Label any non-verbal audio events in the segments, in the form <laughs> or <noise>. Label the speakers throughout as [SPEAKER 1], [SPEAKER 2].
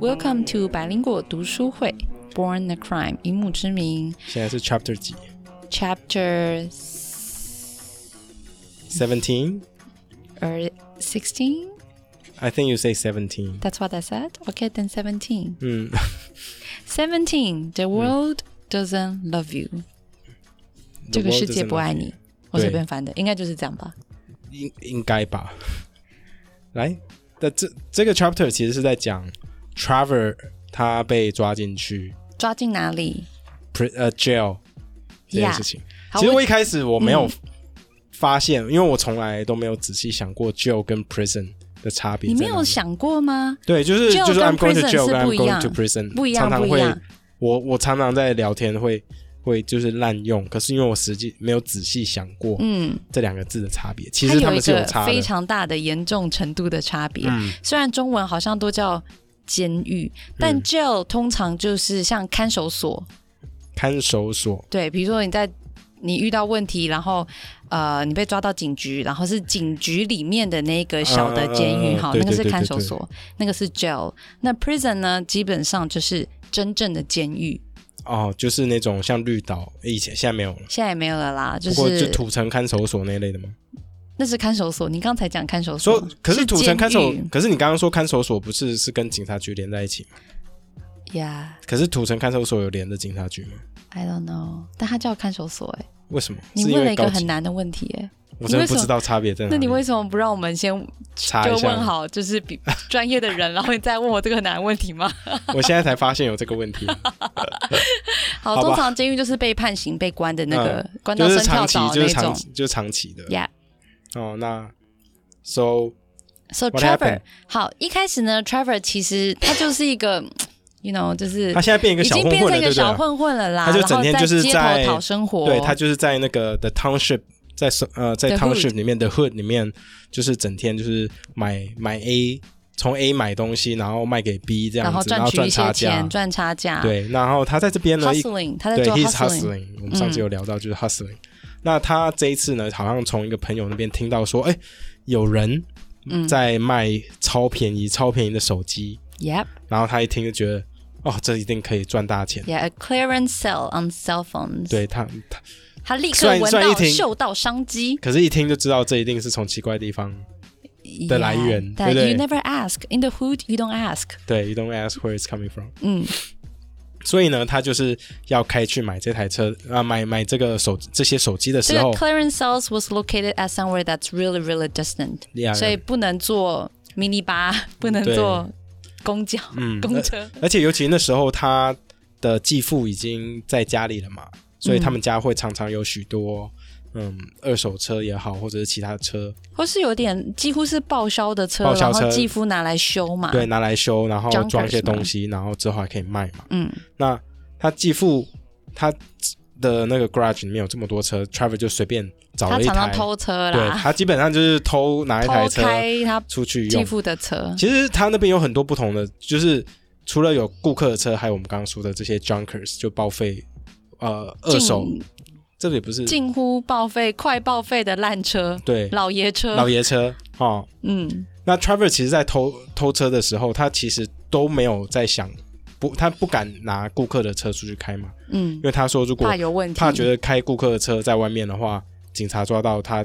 [SPEAKER 1] Welcome to 百灵果读书会，Born a Crime 以母之名
[SPEAKER 2] 现在是 Chapter 几
[SPEAKER 1] Chapter
[SPEAKER 2] ？Seventeen。
[SPEAKER 1] or sixteen。
[SPEAKER 2] I think you say seventeen.
[SPEAKER 1] That's what I said. Okay, then seventeen.
[SPEAKER 2] 嗯，
[SPEAKER 1] <laughs> Seventeen.
[SPEAKER 2] Hmm.
[SPEAKER 1] The world doesn't love you. 这
[SPEAKER 2] The
[SPEAKER 1] 个
[SPEAKER 2] world
[SPEAKER 1] 世界
[SPEAKER 2] doesn't
[SPEAKER 1] 不爱
[SPEAKER 2] love
[SPEAKER 1] 你
[SPEAKER 2] you.。
[SPEAKER 1] 我随
[SPEAKER 2] 对
[SPEAKER 1] 便翻的，应该就是这样吧。
[SPEAKER 2] 应应该吧。来，那这这个 chapter 其实是在讲 Trevor 他被抓进去
[SPEAKER 1] 抓进哪里？
[SPEAKER 2] pre 呃 jail 这件
[SPEAKER 1] Yeah
[SPEAKER 2] 事情。
[SPEAKER 1] 好
[SPEAKER 2] 其实
[SPEAKER 1] 我嗯
[SPEAKER 2] 我一开始我没有发现，因为我从来都没有仔细想过 jail 跟 prison 的差别。
[SPEAKER 1] 你没有？想过吗？
[SPEAKER 2] 对，就是
[SPEAKER 1] ，jail
[SPEAKER 2] 就是
[SPEAKER 1] 跟
[SPEAKER 2] I'm going to
[SPEAKER 1] prison
[SPEAKER 2] jail
[SPEAKER 1] 是
[SPEAKER 2] 跟
[SPEAKER 1] 不
[SPEAKER 2] I'm
[SPEAKER 1] 一
[SPEAKER 2] going
[SPEAKER 1] 样
[SPEAKER 2] to prison
[SPEAKER 1] 不一样
[SPEAKER 2] 常常
[SPEAKER 1] 不一
[SPEAKER 2] 会
[SPEAKER 1] 样
[SPEAKER 2] 我我常常在聊天会会就是滥用，可是因为我实际没有仔细想过
[SPEAKER 1] 嗯，
[SPEAKER 2] 这两个字的差别，其
[SPEAKER 1] 它
[SPEAKER 2] 实他
[SPEAKER 1] 有
[SPEAKER 2] 们
[SPEAKER 1] 一
[SPEAKER 2] 是有
[SPEAKER 1] 个
[SPEAKER 2] 差的
[SPEAKER 1] 非。常大的严重程度的差别。
[SPEAKER 2] 嗯，
[SPEAKER 1] 虽然中文好像都叫监狱，但 jail 通常就是像看守所，
[SPEAKER 2] 看守所，
[SPEAKER 1] 对，比如说你在你遇到问题，然后呃你被抓到警局，然后是警局里面的那个小的监狱，
[SPEAKER 2] 嗯嗯嗯嗯
[SPEAKER 1] 哈、
[SPEAKER 2] 对
[SPEAKER 1] 那个是
[SPEAKER 2] 对对
[SPEAKER 1] 看守所，那个是 jail。那 prison 呢，基本上就是真正的监狱，
[SPEAKER 2] 哦，就是那种像绿岛，以前现在没有了，
[SPEAKER 1] 现在也没有了啦，就
[SPEAKER 2] 不过就是土城看守所那类的吗？
[SPEAKER 1] 那是看守所。你刚才讲看守所
[SPEAKER 2] 说，，可是土城看守
[SPEAKER 1] 哦监狱，
[SPEAKER 2] 可是你刚刚说看守所不是是跟警察局连在一起吗？
[SPEAKER 1] 呀、
[SPEAKER 2] 可是土城看守所有连着警察局吗？
[SPEAKER 1] yeah,，I don't know，但它叫看守所、欸，
[SPEAKER 2] 为什么？
[SPEAKER 1] 你
[SPEAKER 2] 是因
[SPEAKER 1] 问了
[SPEAKER 2] 为
[SPEAKER 1] 一个
[SPEAKER 2] 高
[SPEAKER 1] 很
[SPEAKER 2] 级，
[SPEAKER 1] 难的问题、欸，哎。
[SPEAKER 2] 我真
[SPEAKER 1] 你
[SPEAKER 2] 的不
[SPEAKER 1] 为什么
[SPEAKER 2] 知道差别在哪里。
[SPEAKER 1] 那你为什么不让我们先
[SPEAKER 2] 查
[SPEAKER 1] 就问
[SPEAKER 2] 一下？
[SPEAKER 1] 好，就是比专业的人，然后你再问我这个难问题
[SPEAKER 2] <laughs>
[SPEAKER 1] 吗？
[SPEAKER 2] 我现在才发现有这个问题，
[SPEAKER 1] 好，
[SPEAKER 2] 好吧呃
[SPEAKER 1] 通常监狱就是被判刑、被关的那个，关到
[SPEAKER 2] 就
[SPEAKER 1] 升
[SPEAKER 2] 是
[SPEAKER 1] 跳
[SPEAKER 2] 长期
[SPEAKER 1] 岛，
[SPEAKER 2] 就是
[SPEAKER 1] 那
[SPEAKER 2] 长
[SPEAKER 1] 种。
[SPEAKER 2] 就是长期的。
[SPEAKER 1] Yeah.
[SPEAKER 2] 哦，那 so
[SPEAKER 1] So
[SPEAKER 2] What
[SPEAKER 1] Trevor，
[SPEAKER 2] happened？
[SPEAKER 1] 好，一开始呢，Trevor 其实他就是一个，you know，就是
[SPEAKER 2] 他现在变一个
[SPEAKER 1] 已
[SPEAKER 2] 小
[SPEAKER 1] 经
[SPEAKER 2] 混
[SPEAKER 1] 变
[SPEAKER 2] 混
[SPEAKER 1] 成
[SPEAKER 2] 了，
[SPEAKER 1] 一个
[SPEAKER 2] 对不对
[SPEAKER 1] 小？混混了啦，
[SPEAKER 2] 他就整天
[SPEAKER 1] 然后
[SPEAKER 2] 就是
[SPEAKER 1] 街
[SPEAKER 2] 在
[SPEAKER 1] 头讨生活，
[SPEAKER 2] 对他就是在那个 The Township，在呃在
[SPEAKER 1] The
[SPEAKER 2] Township 里面的 Hood 里面，就是整天就是买买 A，从 A 买东西，然后卖给 B 这
[SPEAKER 1] 然
[SPEAKER 2] 样
[SPEAKER 1] 后
[SPEAKER 2] 子，然后
[SPEAKER 1] 取一
[SPEAKER 2] 赚
[SPEAKER 1] 些
[SPEAKER 2] 差
[SPEAKER 1] 钱，
[SPEAKER 2] 价。
[SPEAKER 1] 赚差价，
[SPEAKER 2] 对，然后他在这边呢，一
[SPEAKER 1] ，hustling，他在
[SPEAKER 2] 对
[SPEAKER 1] 做
[SPEAKER 2] ，he's
[SPEAKER 1] hustling，嗯
[SPEAKER 2] hustling。我们上次有聊到就是 hustling。那他这一次呢，好像从一个朋友那边听到说，哎，有人
[SPEAKER 1] 嗯
[SPEAKER 2] 在卖超便宜、超便宜的手机，
[SPEAKER 1] ，Yep，Yeah，a
[SPEAKER 2] 然后他一听就觉得，哦，这一定可以赚大钱。
[SPEAKER 1] clearance sale on cell phones，
[SPEAKER 2] 对他，他
[SPEAKER 1] 他立刻
[SPEAKER 2] 虽然
[SPEAKER 1] 闻
[SPEAKER 2] 虽然
[SPEAKER 1] 到
[SPEAKER 2] 一听
[SPEAKER 1] 嗅到商机
[SPEAKER 2] 可是一听就知道这一定是从奇怪地方。的来源
[SPEAKER 1] Yeah,
[SPEAKER 2] 对不
[SPEAKER 1] That
[SPEAKER 2] 对
[SPEAKER 1] you never ask in the hood, you don't ask。
[SPEAKER 2] 对，you don't ask where it's coming from。
[SPEAKER 1] 嗯，
[SPEAKER 2] 所以呢，他就是要开去买这台车啊，买买这个手这些手机的
[SPEAKER 1] 这
[SPEAKER 2] 时
[SPEAKER 1] 个
[SPEAKER 2] 候，
[SPEAKER 1] clearance sales was located at somewhere that's really, really distant，
[SPEAKER 2] 两
[SPEAKER 1] 所以不能坐迷你巴， <laughs> 不能
[SPEAKER 2] 对
[SPEAKER 1] 坐公交、<laughs>
[SPEAKER 2] 嗯，
[SPEAKER 1] 公车。
[SPEAKER 2] 而且尤其那时候他的继父已经在家里了嘛，
[SPEAKER 1] 嗯
[SPEAKER 2] 所以他们家会常常有许多嗯二手车也好，或者是其他的车，
[SPEAKER 1] 或是有点几乎是报销的车，
[SPEAKER 2] 报销
[SPEAKER 1] 然后
[SPEAKER 2] 车
[SPEAKER 1] 继父拿来修嘛。
[SPEAKER 2] 对，，拿来修，然后
[SPEAKER 1] Junkers
[SPEAKER 2] 装一些东西，然后之后还可以卖嘛。
[SPEAKER 1] 嗯，
[SPEAKER 2] 那他继父他的那个 garage 里面有这么多车，Trevor 就随便找
[SPEAKER 1] 他
[SPEAKER 2] 了一
[SPEAKER 1] 常常
[SPEAKER 2] 台，
[SPEAKER 1] 偷车
[SPEAKER 2] 对
[SPEAKER 1] 啦，
[SPEAKER 2] 他基本上就是偷拿一台
[SPEAKER 1] <laughs> 偷
[SPEAKER 2] 车
[SPEAKER 1] 开他
[SPEAKER 2] 出去
[SPEAKER 1] 继
[SPEAKER 2] 用。
[SPEAKER 1] 父的车。
[SPEAKER 2] 其实他那边有很多不同的，就是除了有顾客的车，还有我们刚刚说的这些 junkers 就报废，呃，二手，
[SPEAKER 1] 近
[SPEAKER 2] 这里不是
[SPEAKER 1] 近乎报废、快报废的烂车、
[SPEAKER 2] 对
[SPEAKER 1] 老爷车。
[SPEAKER 2] 老爷车哦。
[SPEAKER 1] 嗯，
[SPEAKER 2] 那 Trevor 其实，在偷偷车的时候，他其实都没有在想，不，他不敢拿顾客的车出去开嘛，
[SPEAKER 1] 嗯
[SPEAKER 2] 因，为他说如果
[SPEAKER 1] 怕有问题，
[SPEAKER 2] 怕觉得开顾客的车在外面的话，警察抓到他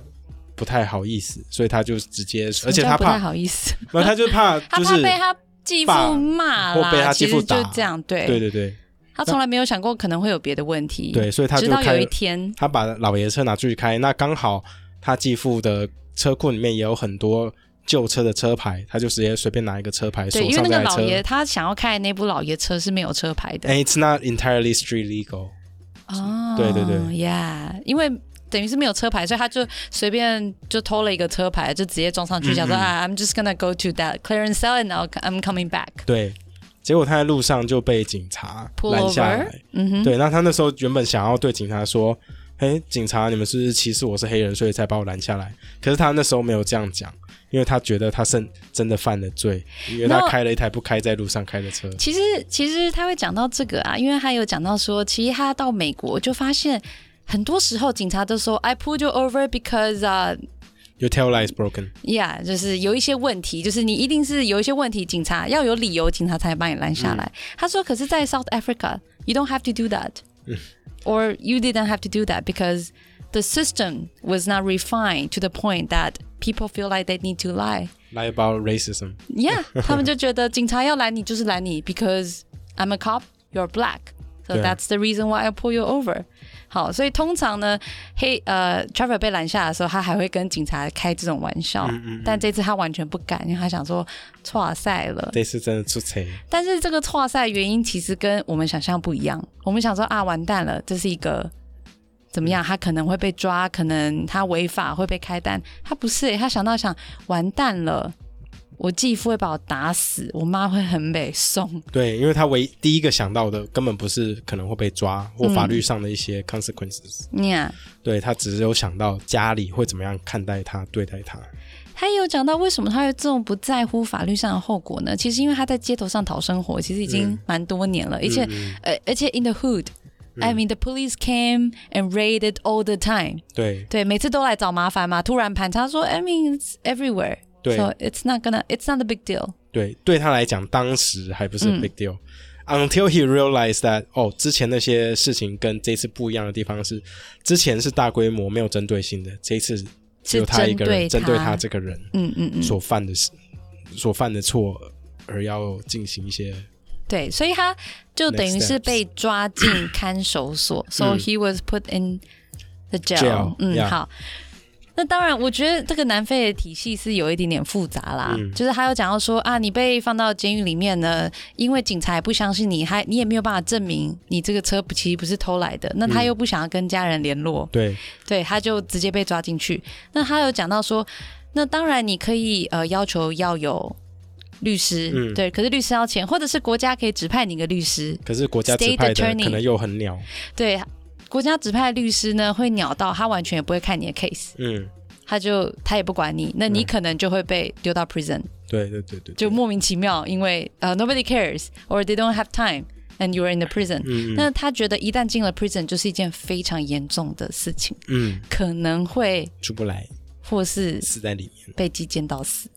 [SPEAKER 2] 不太好意思，所以他就直接，而且他
[SPEAKER 1] 不太
[SPEAKER 2] 怕，
[SPEAKER 1] 好意思，
[SPEAKER 2] 那他就怕
[SPEAKER 1] 他
[SPEAKER 2] 就是
[SPEAKER 1] 怕被他继父骂啦，
[SPEAKER 2] 或被他
[SPEAKER 1] 其
[SPEAKER 2] 继
[SPEAKER 1] 实
[SPEAKER 2] 父打
[SPEAKER 1] 就这样，对，
[SPEAKER 2] 对对对
[SPEAKER 1] 他从来没有想过可能会有别的问题，，
[SPEAKER 2] 对，所以他
[SPEAKER 1] 直
[SPEAKER 2] 就
[SPEAKER 1] 到
[SPEAKER 2] 开
[SPEAKER 1] 有一天，
[SPEAKER 2] 他把老爷车拿出去开，那刚好他继父的车库里面也有很多旧车的车牌，他就直接随便拿一个车牌锁
[SPEAKER 1] 对，因为
[SPEAKER 2] 上
[SPEAKER 1] 那
[SPEAKER 2] 这
[SPEAKER 1] 个
[SPEAKER 2] 台
[SPEAKER 1] 老
[SPEAKER 2] 车。
[SPEAKER 1] 爷他想要开的那部老爷车是没有车牌的，
[SPEAKER 2] And 哎 it's not entirely street legal。
[SPEAKER 1] 哦，
[SPEAKER 2] 对对对
[SPEAKER 1] ，Yeah，因为。等于是没有车牌，所以他就随便就偷了一个车牌，就直接装上
[SPEAKER 2] 嗯
[SPEAKER 1] 去，想说啊，I'm just gonna go to that clearance sale and I'll, I'm coming back。
[SPEAKER 2] 对，结果他在路上就被警察
[SPEAKER 1] Pull
[SPEAKER 2] 拦下
[SPEAKER 1] over
[SPEAKER 2] 来。
[SPEAKER 1] 嗯哼，
[SPEAKER 2] 对，那他那时候原本想要对警察说：“哎，警察，你们是不是歧视我是黑人，所以才把我拦下来？”可是他那时候没有这样讲，因为他觉得他是真的犯了罪，因为他
[SPEAKER 1] No
[SPEAKER 2] 开了一台不开在路上开的车。
[SPEAKER 1] 其实，其实他会讲到这个啊，因为他有讲到说，其实他到美国就发现，很多时候警察都说 "I pulled you over because 啊、
[SPEAKER 2] your tail light is broken。
[SPEAKER 1] Yeah，就是有一些问题，就是你一定是有一些问题，警察要有理由，警察才把你拦下来。他说，可是，在 South Africa，you don't have to do that，or you didn't have to do that because the system was not refined to the point that people feel like they need to lie。
[SPEAKER 2] Lie about racism。
[SPEAKER 1] Yeah，他们就觉得警察要拦你就是拦你，because I'm a cop, you're black, so
[SPEAKER 2] 对
[SPEAKER 1] that's the reason why I pull you over。好，所以通常呢，黑呃 Trevor 被拦下的时候，他还会跟警察开这种玩笑，但这次他完全不敢，因为他想说错啊赛了。
[SPEAKER 2] 这次真的出彩，
[SPEAKER 1] 但是这个错赛原因其实跟我们想象不一样，我们想说啊，完蛋了，这是一个。怎么样？他可能会被抓，可能他违法会被开单。他不是、他想到想，完蛋了，我继父会把我打死，我妈会很北宋。
[SPEAKER 2] 对，因为他唯第一个想到的根本不是可能会被抓或法律上的一些 consequences，、
[SPEAKER 1] Yeah，
[SPEAKER 2] 对他只有想到家里会怎么样看待他、对待他。
[SPEAKER 1] 他也有讲到为什么他会这种不在乎法律上的后果呢？其实因为他在街头上讨生活，其实已经蛮多年了，而且呃，而且 in the hood。I mean, the police came and raided all the time.
[SPEAKER 2] 对
[SPEAKER 1] 对，每次都来找麻烦嘛。突然盘查说，I mean, it's everywhere.
[SPEAKER 2] 对
[SPEAKER 1] So it's not gonna, it's not a big deal.
[SPEAKER 2] 对，对他来讲，当时还
[SPEAKER 1] 嗯
[SPEAKER 2] 不是 big deal、Until he realized that，哦，之前那些事情跟这次不一样的地方是，之前是大规模没有针对性的，这一次只有他一个人
[SPEAKER 1] 是
[SPEAKER 2] 针
[SPEAKER 1] 针对他
[SPEAKER 2] 对他这个人
[SPEAKER 1] 嗯嗯嗯，
[SPEAKER 2] 所犯的事、所犯的错而要进行一些
[SPEAKER 1] 对，所以他就
[SPEAKER 2] Next 嗯
[SPEAKER 1] 等于是被抓进看守
[SPEAKER 2] <clears throat>
[SPEAKER 1] 所，so he was put in the jail。
[SPEAKER 2] Jail，
[SPEAKER 1] 嗯
[SPEAKER 2] yeah
[SPEAKER 1] 好。那当然，我觉得这个南非的体系是有一点点复杂啦。
[SPEAKER 2] 嗯
[SPEAKER 1] 就是他有讲到说啊，你被放到监狱里面呢，因为警察也不相信你，还你也没有办法证明你这个车不其实不是偷来的。那他
[SPEAKER 2] 嗯
[SPEAKER 1] 又不想要跟家人联络，
[SPEAKER 2] 对
[SPEAKER 1] 对，他就直接被抓进去。那他有讲到说，那当然你可以呃要求要有律师，
[SPEAKER 2] 嗯
[SPEAKER 1] 对，可是律师要钱，或者是国家可以指派你一个律师，
[SPEAKER 2] 可是国家指
[SPEAKER 1] State
[SPEAKER 2] 派的
[SPEAKER 1] attorney
[SPEAKER 2] 可能又很鸟，
[SPEAKER 1] 对，国家指派的律师呢会鸟到他完全也不会看你的 case，
[SPEAKER 2] 嗯，
[SPEAKER 1] 他就他也不管你，那你可能就会被丢
[SPEAKER 2] 嗯
[SPEAKER 1] 到 prison，、
[SPEAKER 2] 对对对对，
[SPEAKER 1] 就莫名其妙，因为呃 nobody cares or they don't have time and you're in the prison、
[SPEAKER 2] 嗯嗯
[SPEAKER 1] 那他觉得一旦进了 prison 就是一件非常严重的事情，
[SPEAKER 2] 嗯，
[SPEAKER 1] 可能会
[SPEAKER 2] 出不来，
[SPEAKER 1] 或是
[SPEAKER 2] 死在里面，
[SPEAKER 1] 被击剑到死，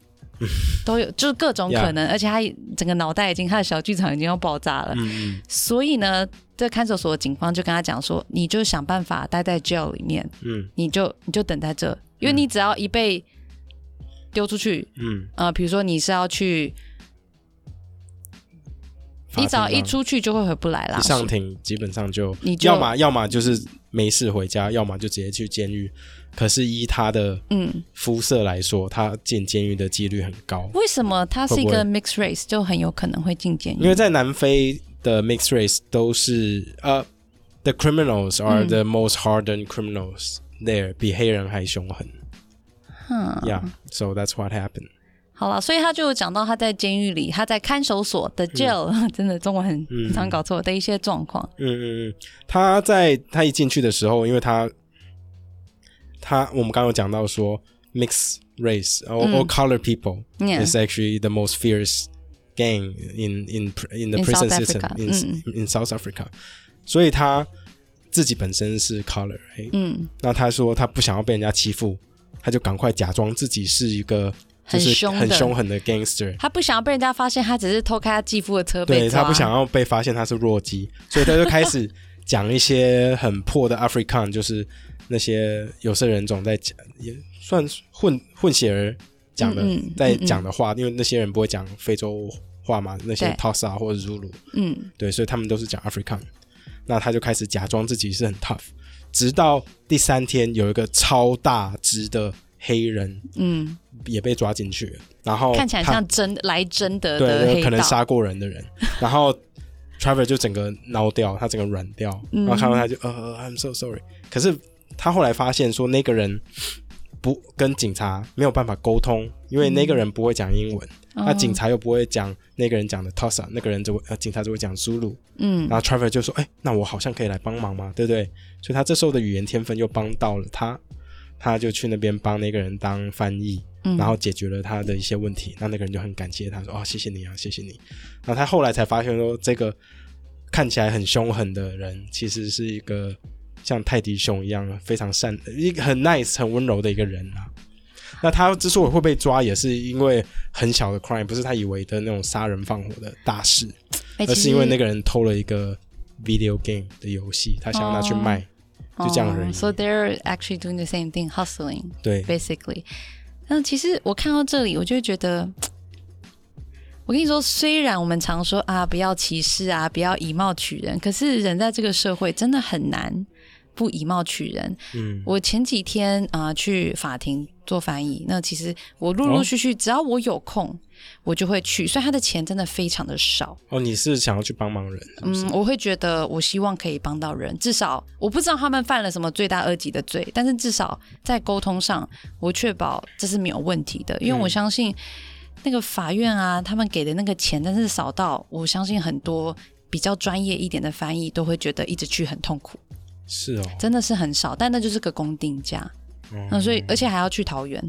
[SPEAKER 1] 都有，就是各种可能。而且他整个脑袋已经，他的小剧场已经要爆炸了。
[SPEAKER 2] 嗯
[SPEAKER 1] 所以呢，这看守所的警方就跟他讲说，你就想办法待在 jail 里面，
[SPEAKER 2] 嗯
[SPEAKER 1] 你就你就等在这，因为你只要一被丢出去，
[SPEAKER 2] 嗯，
[SPEAKER 1] 呃，比如说你是要去，
[SPEAKER 2] 嗯
[SPEAKER 1] 你只要一出去就会回不来啦
[SPEAKER 2] 一。上庭，基本上就
[SPEAKER 1] 你就
[SPEAKER 2] 要么要么就是没事回家，要么就直接去监狱。可是依他的
[SPEAKER 1] 嗯，
[SPEAKER 2] 肤色来说，他进监狱的几率很高，
[SPEAKER 1] 为什么他是一
[SPEAKER 2] 会
[SPEAKER 1] 个
[SPEAKER 2] 不
[SPEAKER 1] mixed race 就很有可能会进监
[SPEAKER 2] 因
[SPEAKER 1] 狱？
[SPEAKER 2] 为在南非的 mixed race 都是呃、t h e criminals are
[SPEAKER 1] 嗯
[SPEAKER 2] the most hardened criminals there，比黑人还凶狠。
[SPEAKER 1] 哼
[SPEAKER 2] Yeah，so that's what happened。
[SPEAKER 1] 好了，所以他就有讲到他在监狱里，他在看守所的 jail，、真 <laughs> 的中文很
[SPEAKER 2] 嗯
[SPEAKER 1] 很常搞错的一些状况。
[SPEAKER 2] 嗯嗯嗯，他在他一进去的时候，因为他他我们刚刚有讲到说 mix race or,、or color people
[SPEAKER 1] 嗯 Yeah.
[SPEAKER 2] is actually the most fierce gang in in pr- in the
[SPEAKER 1] In
[SPEAKER 2] prison
[SPEAKER 1] South
[SPEAKER 2] system
[SPEAKER 1] Africa，嗯
[SPEAKER 2] in in South Africa，、所以他自己本身是 color，、right?
[SPEAKER 1] 嗯，
[SPEAKER 2] 那他说他不想要被人家欺负，他就赶快假装自己是一个就
[SPEAKER 1] 很
[SPEAKER 2] 是
[SPEAKER 1] 凶的
[SPEAKER 2] 很凶狠的 gangster，
[SPEAKER 1] 他不想要被人家发现，他只是偷开他继父的车被
[SPEAKER 2] 对
[SPEAKER 1] 抓。
[SPEAKER 2] 他不想要被发现他是弱鸡，所以他就开始讲一些很破的 African，就是那些有色人种在讲，也算混混血儿讲的，
[SPEAKER 1] 嗯嗯
[SPEAKER 2] 在
[SPEAKER 1] 嗯嗯
[SPEAKER 2] 讲的话，因为那些人不会讲非洲话嘛，那些
[SPEAKER 1] 对
[SPEAKER 2] Tosa 或者 Zulu，
[SPEAKER 1] 嗯，
[SPEAKER 2] 对，所以他们都是讲 African。那他就开始假装自己是很 tough，直到第三天有一个超大只的黑人，
[SPEAKER 1] 嗯，
[SPEAKER 2] 也被抓进去了，然后
[SPEAKER 1] 看起来
[SPEAKER 2] 哦他
[SPEAKER 1] 像真来真的的
[SPEAKER 2] 对，有
[SPEAKER 1] 黑
[SPEAKER 2] 可能
[SPEAKER 1] 道。
[SPEAKER 2] 杀过人
[SPEAKER 1] <laughs>
[SPEAKER 2] 的人。然后 Trevor 就整个孬掉，他整个软掉，
[SPEAKER 1] 嗯
[SPEAKER 2] 然后看到他就呃呃，I'm so sorry。可是他后来发现说，那个人不跟警察没有办法沟通，因为那个人不会讲英文，
[SPEAKER 1] 嗯
[SPEAKER 2] 那警察又不会讲那个人讲的 Tosa，那个人只会呃警察只会讲 Zulu。
[SPEAKER 1] 嗯，
[SPEAKER 2] 然后 Trevor 就说：“哎、那我好像可以来帮忙嘛，对不对？”所以他这时候的语言天分又帮到了他，他就去那边帮那个人当翻译，
[SPEAKER 1] 嗯
[SPEAKER 2] 然后解决了他的一些问题。那那个人就很感谢他，说：“哦，谢谢你啊，谢谢你。”然后他后来才发现说，这个看起来很凶狠的人，其实是一个像泰迪熊一样非常善、一个很 nice、很温柔的一个人啊。那他之所以会被抓，也是因为很小的 crime，不是他以为的那种杀人放火的大事，
[SPEAKER 1] 哎
[SPEAKER 2] 而
[SPEAKER 1] 其
[SPEAKER 2] 是因为
[SPEAKER 1] 实
[SPEAKER 2] 那个人偷了一个 video game 的游戏，他想要拿去卖，就这样而已。
[SPEAKER 1] 哦 so they're actually doing the same thing, hustling
[SPEAKER 2] 对
[SPEAKER 1] basically. 那其实我看到这里，我就会觉得，我跟你说，虽然我们常说啊，不要歧视啊，不要以貌取人，可是人在这个社会真的很难不以貌取人。
[SPEAKER 2] 嗯，
[SPEAKER 1] 我前几天啊、呃去法庭做翻译，那其实我陆陆续续，只要我有空，我就会去。虽然他的钱真的非常的少，
[SPEAKER 2] 哦，你是想要去帮忙人，是不是
[SPEAKER 1] 嗯，我会觉得我希望可以帮到人，至少我不知道他们犯了什么罪大恶极的罪，但是至少在沟通上，我确保这是没有问题的，因为我相信那个法院啊，他们给的那个钱，但是少到我相信很多比较专业一点的翻译都会觉得一直去很痛苦，
[SPEAKER 2] 是哦，
[SPEAKER 1] 真的是很少，但那就是个公定价，
[SPEAKER 2] 嗯
[SPEAKER 1] 那所以而且还要去桃园。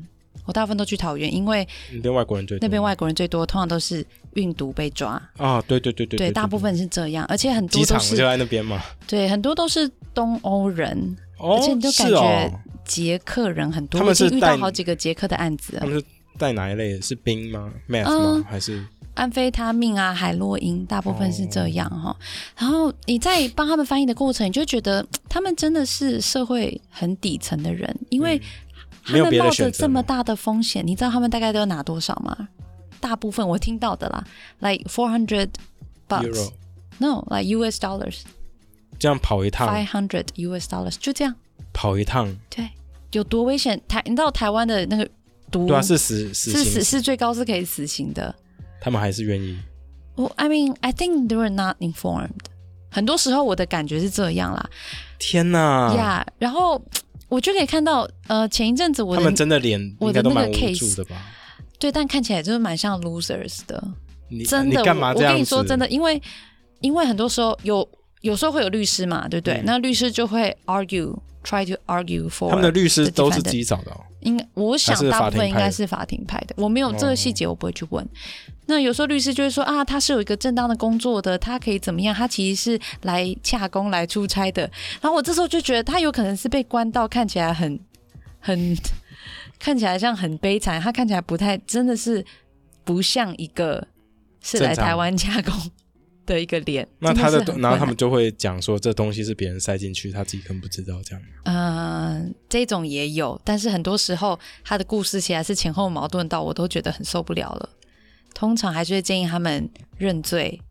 [SPEAKER 1] 我大部分都去桃园，因为
[SPEAKER 2] 那边外国人最多
[SPEAKER 1] 那边外国人最多，通常都是运毒被抓。
[SPEAKER 2] 啊，对对对对
[SPEAKER 1] 对，大部分是这样，而且很多
[SPEAKER 2] 机
[SPEAKER 1] 都
[SPEAKER 2] 场
[SPEAKER 1] 是
[SPEAKER 2] 就在那边嘛。
[SPEAKER 1] 对，很多都是东欧人，
[SPEAKER 2] 哦，
[SPEAKER 1] 而且你就感
[SPEAKER 2] 是哦
[SPEAKER 1] 觉嗯捷克人很多，
[SPEAKER 2] 他们是
[SPEAKER 1] 我已经遇到
[SPEAKER 2] 带
[SPEAKER 1] 好几个捷克的案子了
[SPEAKER 2] 他，们是带哪一类的？是冰吗？math
[SPEAKER 1] 嗯
[SPEAKER 2] 吗？还是
[SPEAKER 1] 安非他命啊、海洛因，大部分是这
[SPEAKER 2] 哦
[SPEAKER 1] 样哈、然后你在帮他们翻译的过程，你就觉得他们真的是社会很底层的人，因为他
[SPEAKER 2] 嗯没有
[SPEAKER 1] 们
[SPEAKER 2] 别的
[SPEAKER 1] 冒
[SPEAKER 2] 选
[SPEAKER 1] 着
[SPEAKER 2] 择
[SPEAKER 1] 这么大的风险，你知道他们大概都要拿多少吗？大部分我听到的啦，like four hundred
[SPEAKER 2] euro？
[SPEAKER 1] bucks，no，like US dollars，five
[SPEAKER 2] 这样跑一趟，
[SPEAKER 1] hundred US dollars，就这样。
[SPEAKER 2] 跑一趟，
[SPEAKER 1] 对，有多危险？台，你知道台湾的那个毒
[SPEAKER 2] 对啊，是死
[SPEAKER 1] 是
[SPEAKER 2] 死
[SPEAKER 1] 死
[SPEAKER 2] 刑，
[SPEAKER 1] 是最高是可以死刑的。
[SPEAKER 2] 他们还是愿意。
[SPEAKER 1] 我、I mean I think they were not informed。很多时候我的感觉是这样啦，
[SPEAKER 2] 天哪！
[SPEAKER 1] 呀、然后我就可以看到，呃，前一阵子我
[SPEAKER 2] 他们
[SPEAKER 1] 的
[SPEAKER 2] 真的脸
[SPEAKER 1] 我
[SPEAKER 2] 应
[SPEAKER 1] 的
[SPEAKER 2] 该都
[SPEAKER 1] 那
[SPEAKER 2] 蛮
[SPEAKER 1] 个
[SPEAKER 2] 无
[SPEAKER 1] case
[SPEAKER 2] 助的吧？
[SPEAKER 1] 对，但看起来就是蛮像 losers 的，
[SPEAKER 2] 你
[SPEAKER 1] 真的。
[SPEAKER 2] 你干嘛
[SPEAKER 1] 我
[SPEAKER 2] 这
[SPEAKER 1] 我
[SPEAKER 2] 样
[SPEAKER 1] 跟
[SPEAKER 2] 子？
[SPEAKER 1] 你说真的，因为因为很多时候有有时候会有律师嘛，对不对？
[SPEAKER 2] 嗯
[SPEAKER 1] 那律师就会 argue try to argue for
[SPEAKER 2] 他们的律师
[SPEAKER 1] the
[SPEAKER 2] 都是
[SPEAKER 1] defendant
[SPEAKER 2] 自己找的哦。
[SPEAKER 1] 应该我想
[SPEAKER 2] 还是
[SPEAKER 1] 大
[SPEAKER 2] 法
[SPEAKER 1] 部分
[SPEAKER 2] 庭
[SPEAKER 1] 应
[SPEAKER 2] 派
[SPEAKER 1] 该
[SPEAKER 2] 的
[SPEAKER 1] 是法庭派的，我没有
[SPEAKER 2] 哦
[SPEAKER 1] 这个细节，我不会去问。那有时候律师就会说啊，他是有一个正当的工作的，他可以怎么样？他其实是来洽工、来出差的。然后我这时候就觉得他有可能是被关到看起来很很看起来像很悲惨，他看起来不太真的是不像一个是来
[SPEAKER 2] 正常
[SPEAKER 1] 台湾 <laughs> 洽工的一个脸。
[SPEAKER 2] 那他
[SPEAKER 1] 真
[SPEAKER 2] 的
[SPEAKER 1] 是，很
[SPEAKER 2] 然后
[SPEAKER 1] 困
[SPEAKER 2] 他
[SPEAKER 1] 难
[SPEAKER 2] 们就会讲说，这东西是别人塞进去，他自己根本不知道这样。
[SPEAKER 1] 嗯，这种也有，但是很多时候他的故事其实是前后矛盾到我都觉得很受不了了。通常还是会建议他们认罪，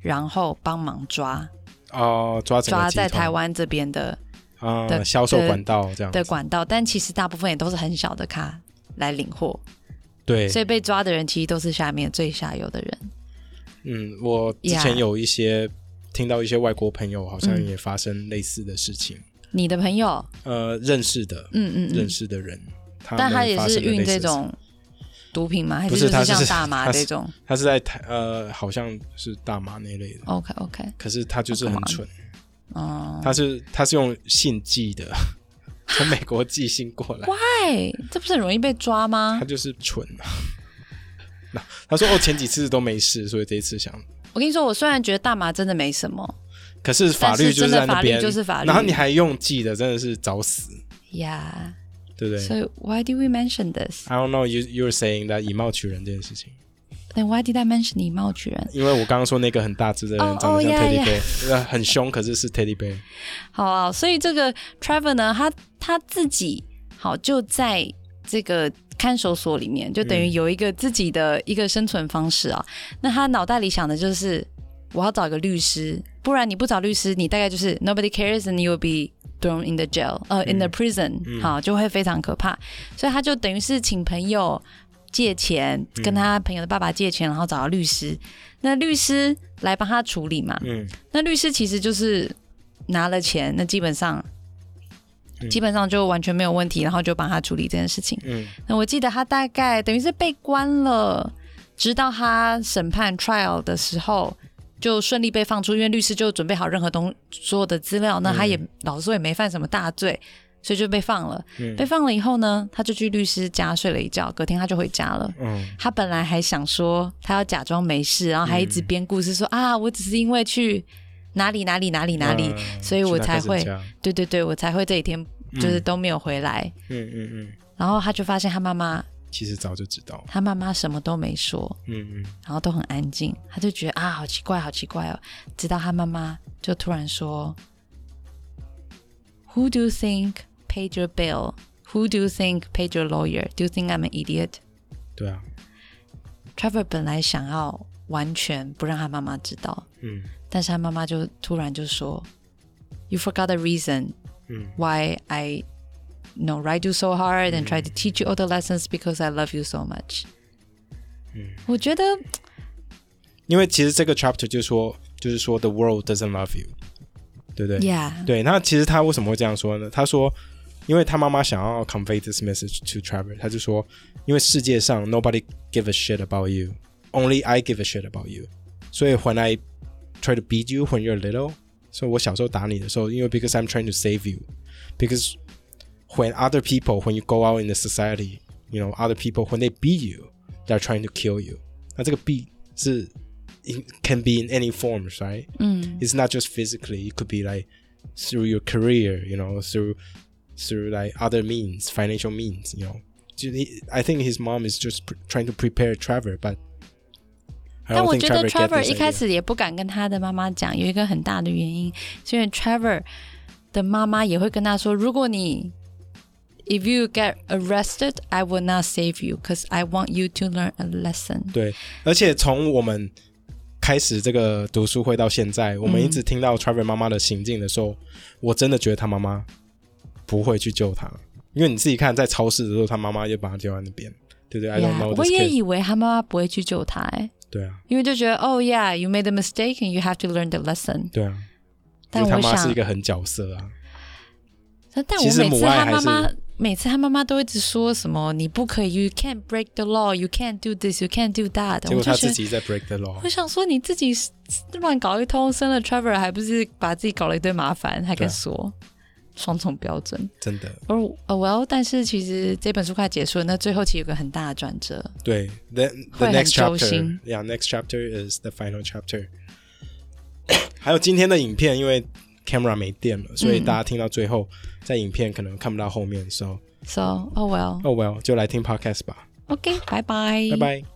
[SPEAKER 1] 然后帮忙抓
[SPEAKER 2] 哦，抓整个
[SPEAKER 1] 抓
[SPEAKER 2] 集
[SPEAKER 1] 在
[SPEAKER 2] 团
[SPEAKER 1] 台湾这边的
[SPEAKER 2] 啊，
[SPEAKER 1] 的
[SPEAKER 2] 销售
[SPEAKER 1] 的
[SPEAKER 2] 管道这样
[SPEAKER 1] 的
[SPEAKER 2] 子。
[SPEAKER 1] 管道，但其实大部分也都是很小的咖来领货，
[SPEAKER 2] 对，
[SPEAKER 1] 所以被抓的人其实都是下面最下游的人。
[SPEAKER 2] 嗯，我之
[SPEAKER 1] Yeah
[SPEAKER 2] 前有一些听到一些外国朋友好像
[SPEAKER 1] 嗯
[SPEAKER 2] 也发生类似的事情，
[SPEAKER 1] 你的朋友，
[SPEAKER 2] 呃，认识的、
[SPEAKER 1] 嗯嗯嗯
[SPEAKER 2] 认，识的人，他
[SPEAKER 1] 但他
[SPEAKER 2] 们
[SPEAKER 1] 也
[SPEAKER 2] 发
[SPEAKER 1] 是
[SPEAKER 2] 生了类
[SPEAKER 1] 运
[SPEAKER 2] 似的
[SPEAKER 1] 这
[SPEAKER 2] 事情，
[SPEAKER 1] 种毒品吗？还
[SPEAKER 2] 不
[SPEAKER 1] 就是
[SPEAKER 2] 他是
[SPEAKER 1] 像大麻
[SPEAKER 2] 他
[SPEAKER 1] 这
[SPEAKER 2] 是
[SPEAKER 1] 种
[SPEAKER 2] 他是在台呃，好像是大麻那类的，
[SPEAKER 1] ？OK OK，
[SPEAKER 2] 可是他就是
[SPEAKER 1] 干
[SPEAKER 2] 很
[SPEAKER 1] 嘛
[SPEAKER 2] 蠢，
[SPEAKER 1] 哦、
[SPEAKER 2] 他是他是用信寄的， <laughs> 从美国寄信过来，
[SPEAKER 1] 哎，这不是很容易被抓吗
[SPEAKER 2] 他？就是蠢。啊 <laughs> 那他说哦，前几次都没事，所以这一次想，
[SPEAKER 1] 我跟你说，我虽然觉得大麻真的没什么
[SPEAKER 2] 可是法律就是
[SPEAKER 1] 但是真
[SPEAKER 2] 在那边，
[SPEAKER 1] 的法律就是法律
[SPEAKER 2] 然后你还用寄的，真的是找死，
[SPEAKER 1] 呀
[SPEAKER 2] 对不对？
[SPEAKER 1] 所以 why do we mention this？
[SPEAKER 2] I don't know you you were saying that 以貌取人这件事情，
[SPEAKER 1] 那 why did I mention 以貌取人？
[SPEAKER 2] 因为我刚刚说那个很大只的
[SPEAKER 1] 哦
[SPEAKER 2] 人长
[SPEAKER 1] 哦
[SPEAKER 2] 得像
[SPEAKER 1] 呀
[SPEAKER 2] teddy
[SPEAKER 1] 呀
[SPEAKER 2] bear，呃很凶，可是是 teddy bear。
[SPEAKER 1] 好啊，所以这个 Trevor 呢，他他自己好就在这个看守所里面，就等于有一个自己的一个生存方式啊。那他脑袋里想的就是，我要找一个律师，不然你不找律师，你大概就是 nobody cares and you'll be thrown in the jail，呃、in the prison，、好，就会非常可怕。所以他就等于是请朋友借钱，跟他朋友的爸爸借钱，然后找到律师，那律师来帮他处理嘛。
[SPEAKER 2] 嗯，
[SPEAKER 1] 那律师其实就是拿了钱，那基本上、
[SPEAKER 2] 嗯
[SPEAKER 1] 基本上就完全没有问题，然后就帮他处理这件事情。
[SPEAKER 2] 嗯，
[SPEAKER 1] 那我记得他大概等于是被关了，直到他审判 trial 的时候。就顺利被放出，因为律师就准备好任何东所有的资料，那
[SPEAKER 2] 嗯
[SPEAKER 1] 他也、老实说也没犯什么大罪，所以就被放了。
[SPEAKER 2] 嗯
[SPEAKER 1] 被放了以后呢，他就去律师家睡了一觉，隔天他就回家了。
[SPEAKER 2] 嗯，
[SPEAKER 1] 他本来还想说他要假装没事，然后还一直编故事说、啊，我只是因为去哪里哪里哪里哪里，
[SPEAKER 2] 嗯
[SPEAKER 1] 所以我才会
[SPEAKER 2] 去他开始家
[SPEAKER 1] 对对对，我才会这几天就是都没有回来。
[SPEAKER 2] 嗯嗯嗯，
[SPEAKER 1] 然后他就发现他妈妈，
[SPEAKER 2] 其实早就知道，
[SPEAKER 1] 他妈妈什么都没说，
[SPEAKER 2] 嗯嗯，
[SPEAKER 1] 然后都很安静，他就觉得啊，好奇怪，好奇怪哦。直到他妈妈就突然说，Who do you think paid your bill? Who do you think paid your lawyer? Do you think I'm an idiot?
[SPEAKER 2] 对啊，
[SPEAKER 1] Trevor 本来想要完全不让他妈妈知道，
[SPEAKER 2] 嗯
[SPEAKER 1] 但是他妈妈就突然就说，You forgot the reason
[SPEAKER 2] 嗯
[SPEAKER 1] why I you know ride you so hard and try to
[SPEAKER 2] Mm.
[SPEAKER 1] teach you all the lessons because I love you so much。
[SPEAKER 2] 嗯，
[SPEAKER 1] 我觉得
[SPEAKER 2] 因为其实这个 chapter 就说，就是说 the world doesn't love you，对不对
[SPEAKER 1] ，Yeah，
[SPEAKER 2] 对，那其实他为什么会这样说呢？他说，因为他妈妈想要 convey this message to Trevor，他就说，因为世界上 nobody give a shit about you，only I give a shit about you。所以 when I try to beat you when you're little，所以我小时候打你的时候，因为 because I'm trying to save you，because when other people when you go out in the society，you know other people when they beat you，they're trying to kill you。那这个 beat 是 it can be in any forms，right？
[SPEAKER 1] 嗯
[SPEAKER 2] it's not just physically it could be like through your career you know through through like other means financial means you know Ju- he- i think his mom is just pr- trying to prepare trevor but i
[SPEAKER 1] 但
[SPEAKER 2] don't
[SPEAKER 1] 我
[SPEAKER 2] think
[SPEAKER 1] 觉得
[SPEAKER 2] trevor, get
[SPEAKER 1] Trevor
[SPEAKER 2] this
[SPEAKER 1] 一开
[SPEAKER 2] idea.
[SPEAKER 1] 始也不敢跟他的妈妈讲，有一个很大的原因，是因为 Trevor 的妈妈也会跟他说，如果你 If you get arrested, I will not save you, cause I want you to learn a lesson.
[SPEAKER 2] 对，而且从我们开始这个读书会到现在，我们一直听到 Trevor 妈妈的行径的时候，我真的觉得他妈妈不会去救他，因为你自己看，在超市的时候，他妈妈就把他丢在那边，对不对？I don't
[SPEAKER 1] Yeah，
[SPEAKER 2] know
[SPEAKER 1] 我
[SPEAKER 2] this
[SPEAKER 1] 也
[SPEAKER 2] kid。
[SPEAKER 1] 以为他妈妈不会去救他、欸，
[SPEAKER 2] 对啊，
[SPEAKER 1] 因为就觉得哦、oh,，yeah，you made a mistake and you have to learn the lesson。
[SPEAKER 2] 对啊，因
[SPEAKER 1] 但
[SPEAKER 2] 为他
[SPEAKER 1] 我
[SPEAKER 2] 妈是
[SPEAKER 1] 想
[SPEAKER 2] 一，个狠角色啊。
[SPEAKER 1] 但
[SPEAKER 2] 其
[SPEAKER 1] 我
[SPEAKER 2] 实
[SPEAKER 1] 每次
[SPEAKER 2] 母爱
[SPEAKER 1] 他
[SPEAKER 2] 还
[SPEAKER 1] 妈
[SPEAKER 2] 是
[SPEAKER 1] 妈，每次他妈妈都一直说什么你不可以，you can't break the law，you can't do this，you can't do that。我
[SPEAKER 2] 结
[SPEAKER 1] 就
[SPEAKER 2] 果他
[SPEAKER 1] 觉
[SPEAKER 2] 自
[SPEAKER 1] 得，
[SPEAKER 2] 己在 break the law
[SPEAKER 1] 我。想说你自己乱搞一通，生了 Trevor 还不是把自己搞了一堆麻烦，还
[SPEAKER 2] 对
[SPEAKER 1] 敢
[SPEAKER 2] 啊
[SPEAKER 1] 说双重标准。
[SPEAKER 2] 真的，
[SPEAKER 1] 而呃，well，但是其实这本书快结束了，那最后其实有个很大的转折。
[SPEAKER 2] 对，then
[SPEAKER 1] 会
[SPEAKER 2] the
[SPEAKER 1] 很
[SPEAKER 2] next
[SPEAKER 1] 揪心
[SPEAKER 2] chapter, yeah, next chapter is the final chapter <coughs> 还有今天的影片，因为 camera 没电了，所以
[SPEAKER 1] 嗯
[SPEAKER 2] 大家听到最后，在影片可能看不到后面的时候，
[SPEAKER 1] So，oh well，OK，、
[SPEAKER 2] 哦、well，就来听 podcast 吧，
[SPEAKER 1] oh 拜拜，
[SPEAKER 2] 拜拜。